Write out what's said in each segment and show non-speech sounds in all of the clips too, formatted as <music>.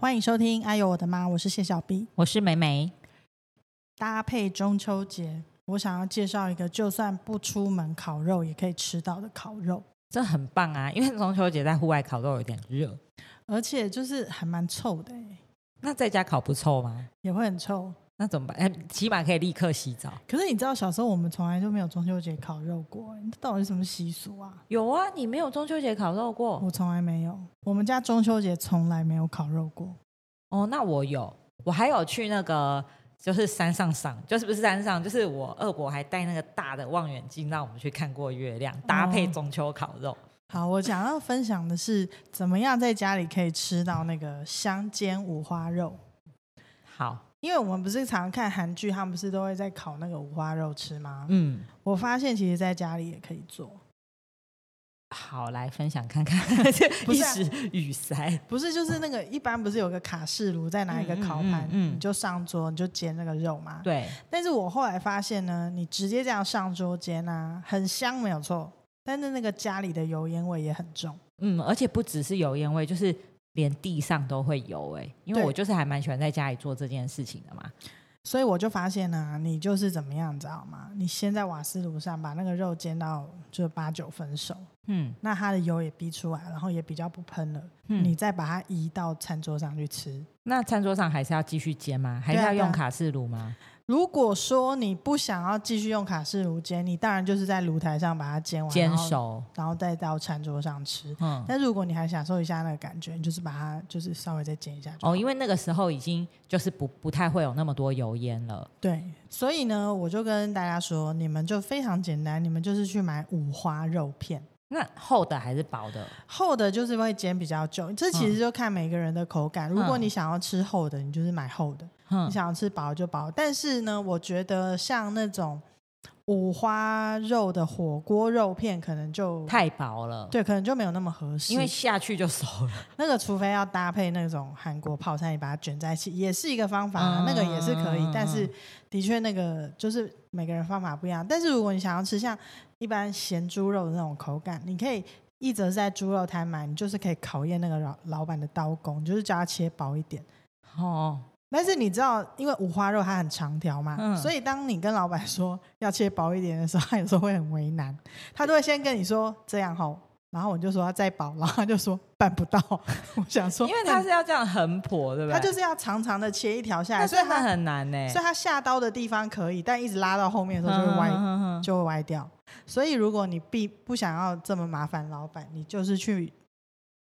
欢迎收听《哎呦我的妈》，我是谢小 B。我是梅梅。搭配中秋节，我想要介绍一个就算不出门烤肉也可以吃到的烤肉，这很棒啊，因为中秋节在户外烤肉有点热，而且就是还蛮臭的欸，那在家烤不臭吗？也会很臭。那怎么办？哎起码可以立刻洗澡。可是你知道，小时候我们从来就没有中秋节烤肉过欸，这到底是什么习俗啊？有啊，你没有中秋节烤肉过我从来没有，我们家中秋节从来没有烤肉过。哦？那我有，我还有去那个就是山上赏，就是不是山上，就是我二伯还带那个大的望远镜让我们去看过月亮，搭配中秋烤肉。好，我想要分享的是，怎么样在家里可以吃到那个香煎五花肉。好，因为我们不是常看韩剧，他们不是都会在烤那个五花肉吃吗？嗯，我发现其实在家里也可以做，好，来分享看 <laughs> 看，这不一是啊时语塞。不是就是那个一般不是有个卡式炉，再拿一个烤盘，嗯嗯嗯嗯你就上桌你就煎那个肉嘛。对，但是我后来发现呢，你直接这样上桌煎啊，很香没有错，但是那个家里的油烟味也很重。嗯，而且不只是油烟味，就是连地上都会有哎、因为对我就是还蛮喜欢在家里做这件事情的嘛。所以我就发现呢、你就是怎么样，你知道吗？你先在瓦斯炉上把那个肉煎到就是八九分熟，嗯，那它的油也逼出来，然后也比较不喷了。嗯你再把它移到餐桌上去吃。那餐桌上还是要继续煎吗？还是对啊要对啊用卡式炉吗？如果说你不想要继续用卡式炉煎，你当然就是在炉台上把它煎完，煎然后，熟，然后再到餐桌上吃。嗯，但如果你还享受一下那个感觉，你就是把它就是稍微再煎一下就好。哦，因为那个时候已经就是不不太会有那么多油烟了。对，所以呢，我就跟大家说，你们就非常简单，你们就是去买五花肉片。那厚的还是薄的？厚的就是会煎比较久，这嗯其实就看每个人的口感。如果你想要吃厚的，你就是买厚的；嗯你，想要吃薄就薄。但是呢，我觉得像那种五花肉的火锅肉片，可能就太薄了，，对，可能就没有那么合适。因为下去就熟了。那个，除非要搭配那种韩国泡菜，你把它卷在一起，也是一个方法、啊，嗯那个也是可以嗯。但是的确，那个就是每个人方法不一样。但是如果你想要吃像一般咸猪肉的那种口感，你可以一直在猪肉摊买，你就是可以考验那个老老板的刀工，就是叫他切薄一点。哦，但是你知道，因为五花肉它很长条嘛，嗯所以当你跟老板说要切薄一点的时候，他有时候会很为难，他都会先跟你说这样吼，然后我就说要再薄，然后他就说办不到。 <laughs> 我想说，因为它是要这样横剖，对不对？他就是要长长的切一条下来，那所以真的他很难呢、欸所以他下刀的地方可以，但一直拉到后面的时候就会歪，嗯嗯嗯嗯就会歪掉。所以如果你必不想要这么麻烦老板，你就是去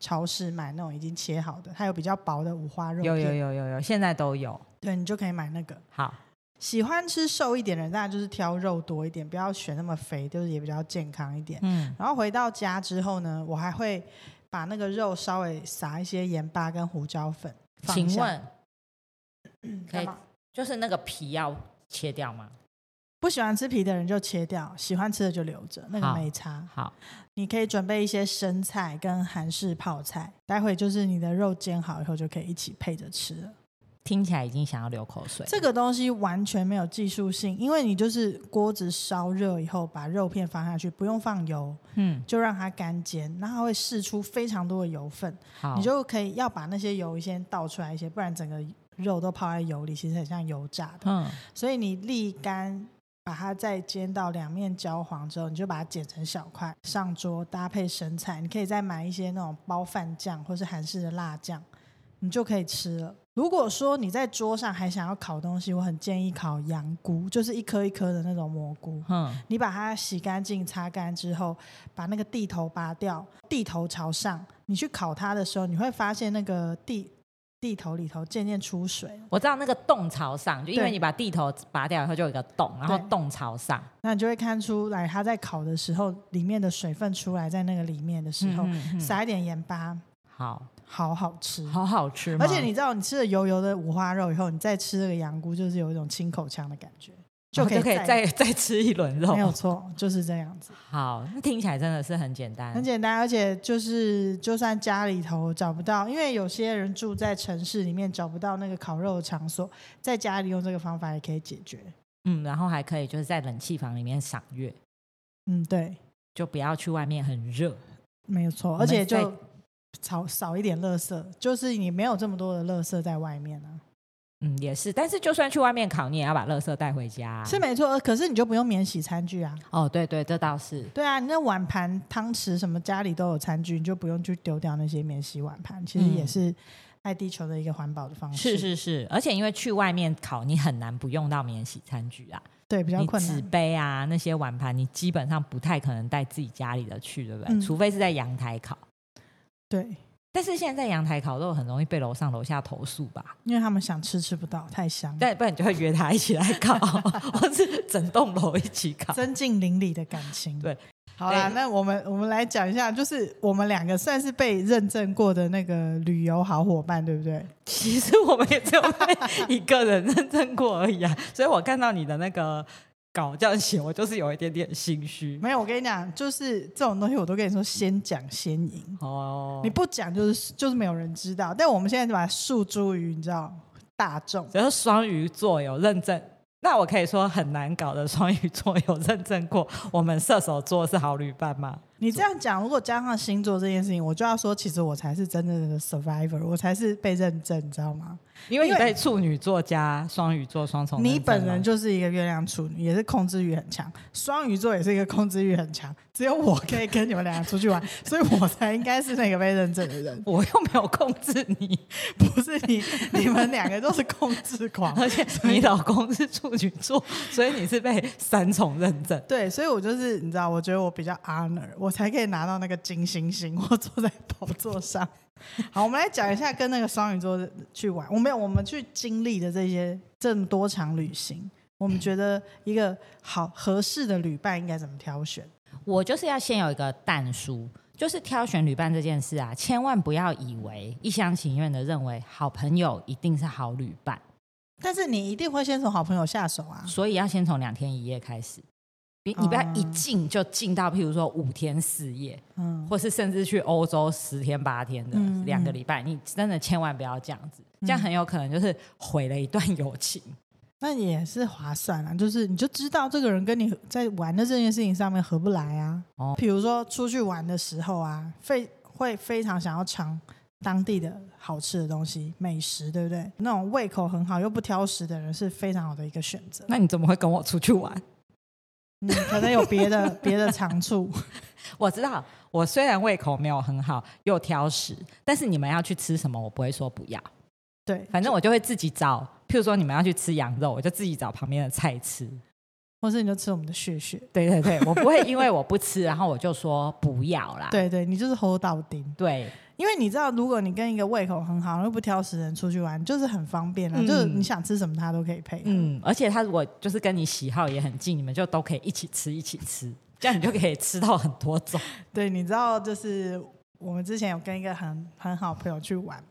超市买那种已经切好的，它有比较薄的五花肉有片，有有有有，现在都有。对你就可以买那个。好，喜欢吃瘦一点的人，大家就是挑肉多一点，不要选那么肥，就是也比较健康一点。嗯，然后回到家之后呢，我还会把那个肉稍微撒一些盐巴跟胡椒粉。放一请下问可干以嘛就是那个皮要切掉吗？不喜欢吃皮的人就切掉，喜欢吃的就留着，那个好没差。好，你可以准备一些生菜跟韩式泡菜，待会就是你的肉煎好以后就可以一起配着吃了。听起来已经想要流口水。这个东西完全没有技术性，因为你就是锅子烧热以后把肉片放下去，不用放油，嗯，就让它干煎，那它会释出非常多的油分，好，你就可以要把那些油先倒出来一些，不然整个肉都泡在油里，其实很像油炸的。嗯，所以你沥干，把它再煎到两面焦黄之后，你就把它剪成小块，上桌搭配生菜。你可以再买一些那种包饭酱或是韩式的辣酱，你就可以吃了。如果说你在桌上还想要烤东西，我很建议烤羊菇，就是一颗一颗的那种蘑菇。嗯，你把它洗干净、擦干之后，把那个地头拔掉，地头朝上。你去烤它的时候，你会发现那个地地头里头渐渐出水了，我知道那个洞朝上，就因为对你把地头拔掉以后就有一个洞，然后对洞朝上。那你就会看出来，它在烤的时候，里面的水分出来，在那个里面的时候，嗯嗯嗯撒一点盐巴，好，好好吃。好好吃吗？而且你知道，你吃了油油的五花肉以后，你再吃这个羊菇，就是有一种清口腔的感觉，哦就可可以以再 <laughs> 再吃一轮没有肉。错，就是这样子，好，那听起来真的是很简单很。简单。而且就是，就算家里头找不到，因为有些人住在城市里面找不到那个烤肉的场所，在家里用这个方法也可以解决。嗯，然后还可以就是在冷气房里面赏月，嗯，对，就不要去外面很热。没有错。我哦而们且就在少少一点垃圾，就是你没有这么多的垃圾在外面啊，嗯，也是。但是就算去外面烤，你也要把垃圾带回家、是没错。可是你就不用免洗餐具啊，哦，对对，这倒是。对啊，你那碗盘、汤匙什么家里都有餐具，你就不用去丢掉那些免洗碗盘，其实也嗯是爱地球的一个环保的方式。是是是，而且因为去外面烤，你很难不用到免洗餐具啊，对，比较你困纸难。杯啊那些碗盘，你基本上不太可能带自己家里的去，对不对？嗯除非是在阳台烤，对，但是现在在阳台烤肉很容易被楼上楼下投诉吧？因为他们想吃吃不到，太香了，但不然你就会约他一起来 <laughs> 烤，或是整栋楼一起烤。增进邻里的感情。对，好啦，哎那我们我们来讲一下，就是我们两个算是被认证过的那个旅游好伙伴，对不对？其实我们也只有被一个人认证过而已啊，所以我看到你的那个稿这样写，我就是有一点点心虚。没有，我跟你讲，就是这种东西，我都跟你说，先讲先赢。哦，你不讲就是就是没有人知道，但我们现在就把它诉诸于你知道大众，只要双鱼座有认证，那我可以说很难搞的双鱼座有认证过，我们射手座是好旅伴吗？你这样讲，如果加上星座这件事情，我就要说，其实我才是真正的 survivor，我才是被认证，你知道吗？因为你因为被处女座加双鱼座双重认证吗，你本人就是一个月亮处女，也是控制欲很强，双鱼座也是一个控制欲很强，只有我可以跟你们两个出去玩，所以我才应该是那个被认证的人，我又没有控制你，不是你，你们两个都是控制 <laughs> 狂。而且你老公是处女座，所以你是被三重认证。对，所以我就是你知道，我觉得我比较 honor，我才可以拿到那个金星星，我坐在宝座上。好，我们来讲一下跟那个双鱼座去玩，我们有我们去经历的这些这么多场旅行，我们觉得一个好合适的旅伴应该怎么挑选？我就是要先有一个淡书，就是挑选旅伴这件事啊，千万不要以为一厢情愿的认为好朋友一定是好旅伴，但是你一定会先从好朋友下手啊，所以要先从两天一夜开始。你你不要一哦进就进到，譬如说五天四夜，嗯，或是甚至去欧洲十天八天的嗯两个礼拜，你真的千万不要这样子，这样很有可能就是毁了一段友情。 <laughs> 那也是划算啊，就是你就知道这个人跟你在玩的这件事情上面合不来啊。哦比如说出去玩的时候啊，非会非常想要尝当地的好吃的东西、美食，对不对？那种胃口很好又不挑食的人是非常好的一个选择。那你怎么会跟我出去玩？嗯，可能有别的别的长处， <laughs> 我知道，我虽然胃口没有很好，又挑食，但是你们要去吃什么，我不会说不要，对，反正我就会自己找。譬如说你们要去吃羊肉，我就自己找旁边的菜吃。或是你就吃我们的血血，对对对，我不会因为我不吃，然后我就说不要啦。对对，你就是猴到丁。对，因为你知道，如果你跟一个胃口很好又不挑食的人出去玩，就是很方便啊，嗯就是你想吃什么他都可以配合。嗯，而且他如果就是跟你喜好也很近，你们就都可以一起吃，一起吃，这样你就可以吃到很多种。对，你知道，就是我们之前有跟一个很很好朋友去玩，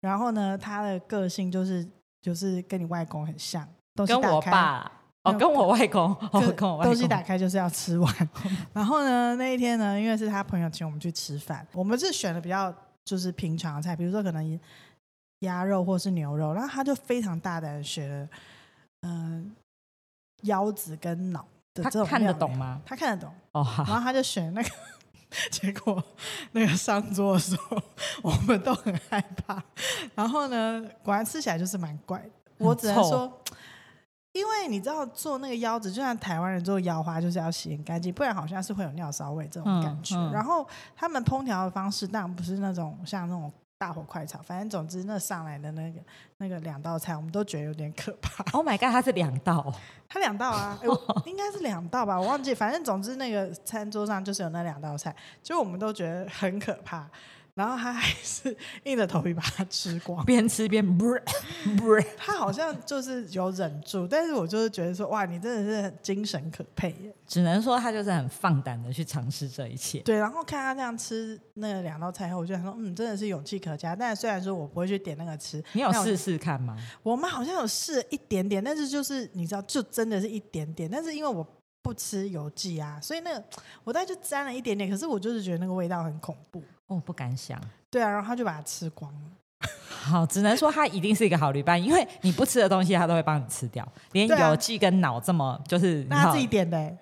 然后呢，他的个性就是就是跟你外公很像， <laughs> 东西跟打我开爸哦，没有跟我外公就哦，跟我外东西打公。开就是要吃完。 <laughs> 然后呢，那一天呢，因为是他朋友请我们去吃饭，我们是选的比较就是平常的菜，比如说可能鸭肉或是牛肉，然后他就非常大胆的选了，嗯、腰子跟脑的他这种看得料理懂？吗？他看得懂。哦，好， <laughs> 然后他就选那个， <laughs> 结果那个上桌的时候，我们都很害怕。然后呢，果然吃起来就是蛮怪的。我很只能臭说，因为你知道做那个腰子，就像台湾人做腰花，就是要洗很干净，不然好像是会有尿骚味这种感觉。嗯嗯然后他们烹调的方式当然不是那种像那种大火快炒，反正总之那上来的那个那个两道菜，我们都觉得有点可怕。 Oh my god，他是两 <laughs> 道哦，他两道啊，诶我应该是两道吧，我忘记，反正总之那个餐桌上就是有那两道菜，就我们都觉得很可怕，然后他还是硬着头皮把它吃光。边吃边不不，他好像就是有忍住，但是我就是觉得说，哇，你真的是很精神可佩耶。只能说他就是很放胆的去尝试这一切。对，然后看他这样吃那两道菜后，我就想说，嗯，真的是勇气可嘉。但虽然说我不会去点那个吃，你有那我试试看吗？我们好像有试了一点点，但是就是你知道，就真的是一点点。但是因为我不吃油剂啊，所以那个我大概就沾了一点点，可是我就是觉得那个味道很恐怖。我不敢想。对啊，然后他就把它吃光了。好，只能说他一定是一个好旅伴，因为你不吃的东西他都会帮你吃掉，连对啊油剂跟脑这么就是你那他知自己道点的欸、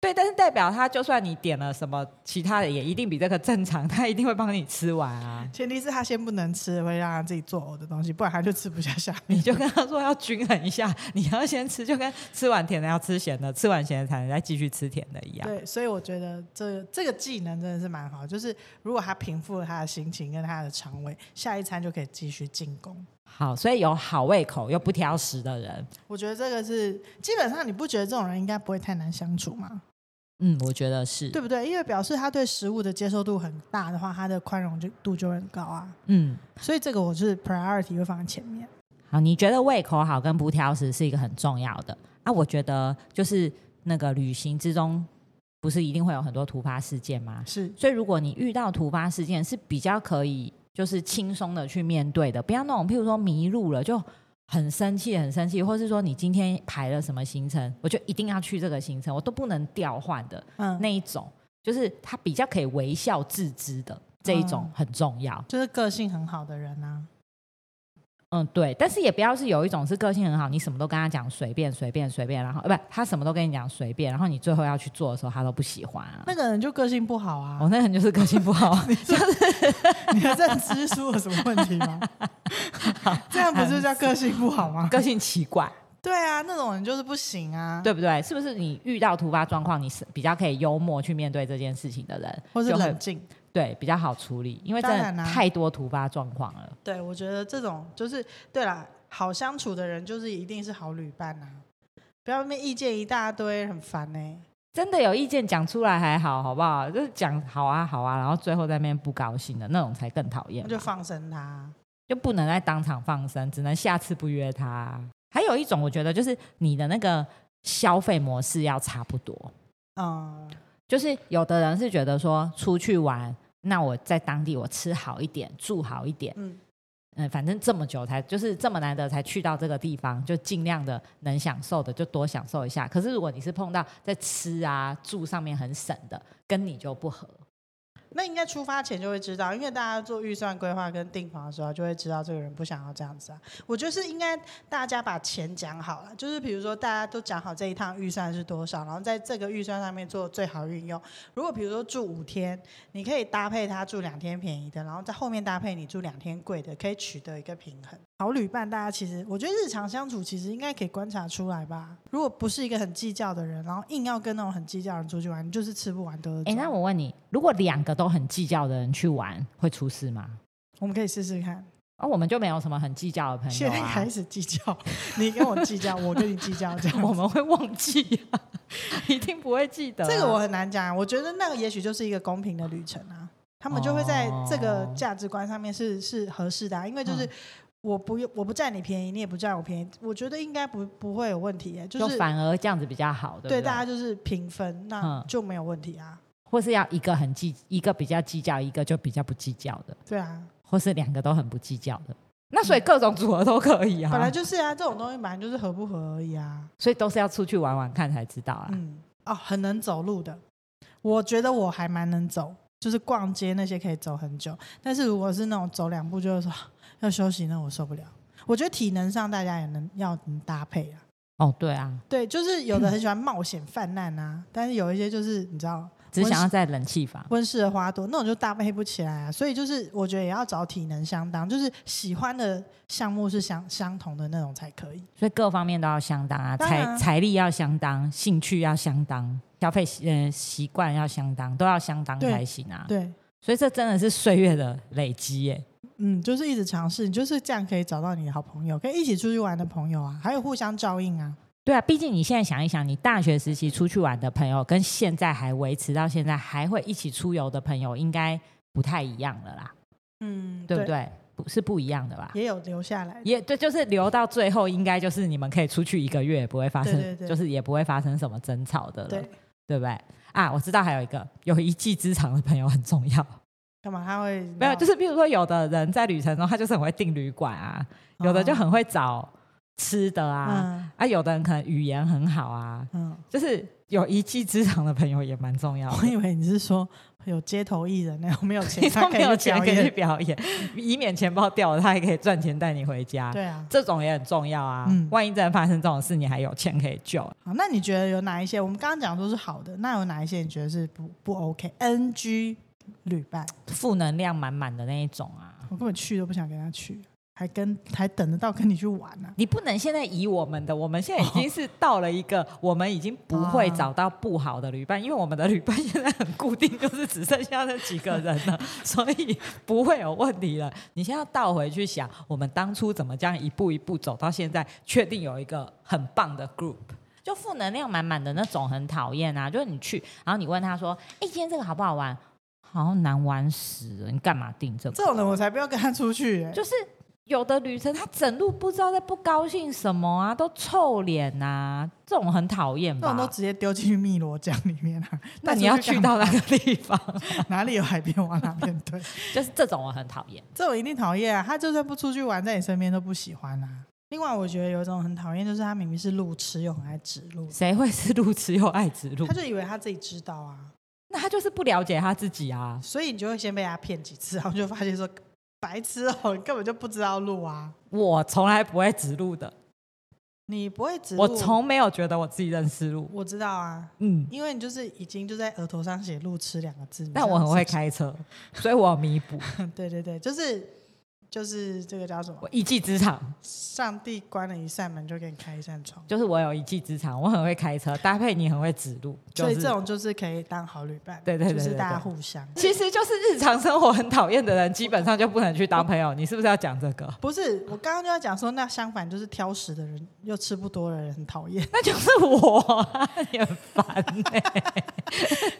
对，但是代表他就算你点了什么其他的，也一定比这个正常，他一定会帮你吃完啊。前提是他先不能吃会让他自己作呕的东西，不然他就吃不下下 <laughs> 面。你就跟他说要均衡一下，你要先吃，就跟吃完甜的要吃咸的，吃完咸的才能再继续吃甜的一样。对，所以我觉得这这个技能真的是蛮好，就是如果他平复了他的心情跟他的肠胃，下一餐就可以继续进攻。好，所以有好胃口又不挑食的人，我觉得这个是基本上你不觉得这种人应该不会太难相处吗？嗯，我觉得是，对不对？因为表示他对食物的接受度很大的话，他的宽容就度就会很高啊。嗯，所以这个我是 priority 会放在前面。好，你觉得胃口好跟不挑食是一个很重要的啊？我觉得就是那个旅行之中，不是一定会有很多突发事件吗？是所以如果你遇到突发事件，是比较可以就是轻松的去面对的，不要那种譬如说迷路了就很生气、很生气，或是说你今天排了什么行程， <laughs> 我就一定要去这个行程，我都不能调换的嗯，那一种，就是他比较可以微笑自知的这一种嗯很重要。就是个性很好的人啊。嗯，对，但是也不要是有一种是个性很好，你什么都跟他讲随便随便随便，然后呃不，他什么都跟你讲随便，然后你最后要去做的时候，他都不喜欢啊。那个人就个性不好啊。哦，那个人就是个性不好， <laughs> 你的认知出了什么问题 <laughs> 吗？这样不是叫个性不好吗？个性奇怪，对啊，那种人就是不行啊，，对不对？是不是你遇到突发状况，你是比较可以幽默去面对这件事情的人，或是就会冷静。对比较好处理，因为真当然的啊太多突发状况了。对，我觉得这种就是对啦，好相处的人就是一定是好旅伴啊，不要那边意见一大堆，很烦呢、欸真的有意见讲出来还好，好不好？就是讲好啊好啊，然后最后在那边不高兴的那种才更讨那厌吧。就放生他。啊就不能在当场放生，只能下次不约他啊。还有一种，我觉得就是你的那个消费模式要差不多，嗯，就是有的人是觉得说出去玩，那我在当地我吃好一点，住好一点，嗯嗯反正这么久才就是这么难得才去到这个地方，就尽量的能享受的就多享受一下。可是如果你是碰到在吃啊住上面很省的，跟你就不合。那应该出发前就会知道，因为大家做预算规划跟订房的时候，就会知道这个人不想要这样子啊。我觉得是应该大家把钱讲好了，就是比如说大家都讲好这一趟预算是多少，然后在这个预算上面做最好运用。如果比如说住五天，你可以搭配他住两天便宜的，然后在后面搭配你住两天贵的，可以取得一个平衡。好旅伴，大家其实我觉得日常相处其实应该可以观察出来吧。如果不是一个很计较的人，然后硬要跟那种很计较的人出去玩，你就是吃不完兜着哎、走那我问你，如果两个都很计较的人去玩，会出事吗？我们可以试试看。而、我们就没有什么很计较的朋友、现啊，在 <laughs> 开始计较， <laughs> 你跟我计较，我跟你计较，这样我 <laughs> 子。们会忘记、啊，一定不会记得啊、这个我很难讲啊，我觉得那个也许就是一个公平的旅程啊，他们就会在这个哦价值观上面是是合适的、啊，因为就是嗯我不我不占你便宜，你也不占我便宜，我觉得应该不不会有问题、耶，就是反而这样子比较好，对不对大家就是平分，那嗯就没有问题啊，或是要一个很计，一个比较计较，一个就比较不计较的，对啊，或是两个都很不计较的。那所以各种组合都可以啊，嗯本来就是啊，这种东西本来就是合不合而已啊，所以都是要出去玩玩看才知道啊。嗯，哦，很能走路的，我觉得我还蛮能走，就是逛街那些可以走很久。但是如果是那种走两步就是说啊要休息，那我受不了。我觉得体能上大家也能要能搭配啊。哦，对啊，对，就是有的很喜欢冒险泛滥啊，但是有一些就是你知道只想要在冷气房。温室的花朵那种就搭配不起来啊。所以就是我觉得也要找体能相当，就是喜欢的项目是相相同的那种才可以。所以各方面都要相当啊，当财然财力要相当，兴趣要相当，消费习呃习惯要相当，都要相当对才行啊。对，所以这真的是岁月的累积耶。嗯，就是一直尝试，你就是这样可以找到你的好朋友，可以一起出去玩的朋友啊，还有互相照应啊。对啊，毕竟你现在想一想，你大学时期出去玩的朋友，跟现在还维持到现在还会一起出游的朋友，应该不太一样了啦，嗯，对不？对？不是不一样的吧？也有留下来，也对，就是留到最后，应该就是你们可以出去一个月，也不会发生，对对对就是也不会发生什么争吵的了，对，对不对？啊，我知道还有一个有一技之长的朋友很重要，干嘛他会没有，就是是比如说有的人在旅程中，他就是很会订旅馆啊，有的就很会找吃的啊，哦嗯啊，有的人可能语言很好啊，嗯，就是有一技之长的朋友也蛮重要的我。以为你是说有街头艺人那种没有钱， <laughs> 你他都可没以有去钱表可以去演。表演，以免钱包掉了，他还可以赚钱带你回家。对啊，这种也很重要啊。嗯万一真的发生这种事，你还有钱可以救。好，那你觉得有哪一些？我们刚刚讲说是好的，那有哪一些你觉得是不不 OK？NG 旅伴，负能量满满的那一种啊，我根本去都不想跟他去，还跟还等得到跟你去玩啊呢、你不能现在以我们的，我们现在已经是到了一个，我们已经不会找到不好的旅伴，因为我们的旅伴现在很固定，就是只剩下那几个人了， <laughs> 所以不会有问题了。你现在要倒回去想，我们当初怎么这样一步一步走到现在，确定有一个很棒的 group。就负能量满满的那种很讨厌啊！就是你去，然后你问他说：“哎、今天这个好不好玩？好难玩死了！你干嘛订这个？”这种人我才不要跟他出去、欸。就是有的旅程，他整路不知道在不高兴什么啊，都臭脸呐、啊，这种很讨厌这种都吧？直接丢进去汨罗江里面啊！ <laughs> 那带出你要干去嘛到那个地方， <laughs> 哪里有海边往哪边堆，就是这种我很讨厌。这我一定讨厌啊！他就算不出去玩，在你身边都不喜欢啊。另外，我觉得有一种很讨厌，就是他明明是路痴，又很爱指路，谁会是路痴又爱指路他？就以为他自己知道啊，那他就是不了解他自己啊。所以你就会先被他骗几次，然后就发现说白痴哦、你根本就不知道路啊，我从来不会指路的，你不会指路。我从没有觉得我自己认识路。我知道啊，嗯，因为你就是已经就在额头上写“路痴”两个字，你但知我道很会是开车，所以我有弥补，不是。 <laughs> 对对对，就是就是这个叫什么我？一技之长。上帝关了一扇门，就给你开一扇窗。就是我有一技之长，我很会开车，搭配你很会指路，就所以是这种就是可以当好旅伴，对对对就是对大家对互相。其实就是日常生活很讨厌的人，基本上就不能去当朋友。你是不是要讲这个？不是，我刚刚就要讲说，那相反就是挑食的人又吃不多的人很讨 <laughs> 厌， <laughs> 那就是我、啊，你很烦欸、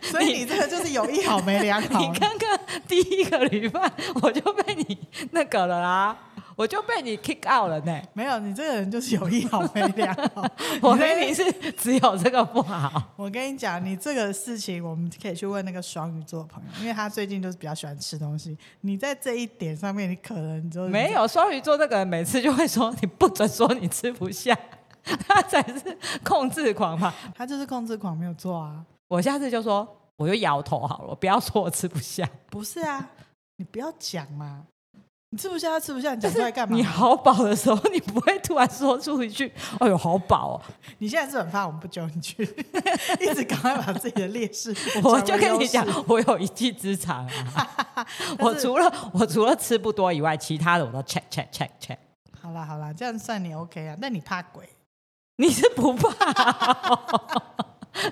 所以你这个就是有一好没两好你。 <laughs> 看看第一个旅伴，我就被你那个了啦，我就被你 kick out 了呢、没有，你这个人就是有一好没两好。 <laughs> 我你这跟你是只有这个不 <laughs> 好，我跟你讲，你这个事情我们可以去问那个双鱼座朋友，因为他最近就是比较喜欢吃东西。你在这一点上面，你可能就是没有双鱼座那个人每次就会说你不准说你吃不下， <laughs> 他才是控制狂嘛。他就是控制狂，没有做啊。我下次就说我就摇头好了，我不要说我吃不下，不是啊，你不要讲嘛，你吃不下他吃不下，你就讲出是来干嘛你？好饱的时候，你不会突然说出一句“哎呦，好饱、哦你现在是很怕我们不揪你去， <laughs> 一直赶快把自己的劣势， <laughs> 我就跟你讲，我有一技之长啊！ <laughs> 我除了我除了吃不多以外，其他的我都 check check check check。好啦好啦，这样算你 OK 啊？那你怕鬼？你是不怕、哦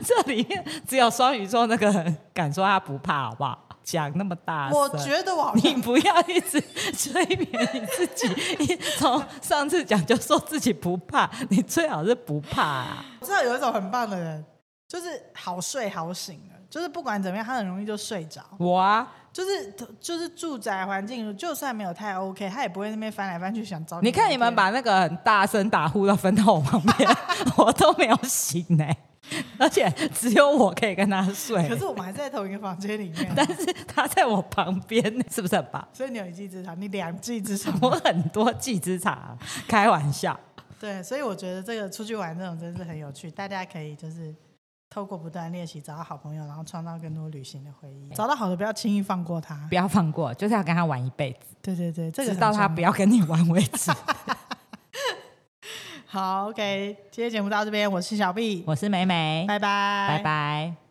这里面只有双鱼座那个人敢说他不怕，好不好？讲那么大声，我觉得我好你像不要一直催眠你自己，一从上次讲就说自己不怕，你最好是不怕啊！我知道有一种很棒的人，就是好睡好醒的，就是不管怎么样，他很容易就睡着。我啊，就是就是住宅环境，就算没有太 OK，他也不会那边翻来翻去想找你看你们聊把那个很大声打呼的分到我旁 <laughs> 边，我都没有醒呢、而且只有我可以跟他睡天。，可是我们还是在同一个房间里面啊， <laughs> 但是他在我旁边，是不是很棒？所以你有一技之长，你两技之长。我很多技之长，开玩笑。对，所以我觉得这个出去玩这种真是很有趣，大家可以就是透过不断练习找到好朋友，然后创造更多旅行的回忆。找到好的不要轻易放过他不。要放过，就是要跟他玩一辈子，对对对，这个直到他很不重要跟你玩为 <laughs> 止。要。好，OK，今天节目到这边，我是小 B，我是美美，拜拜，拜拜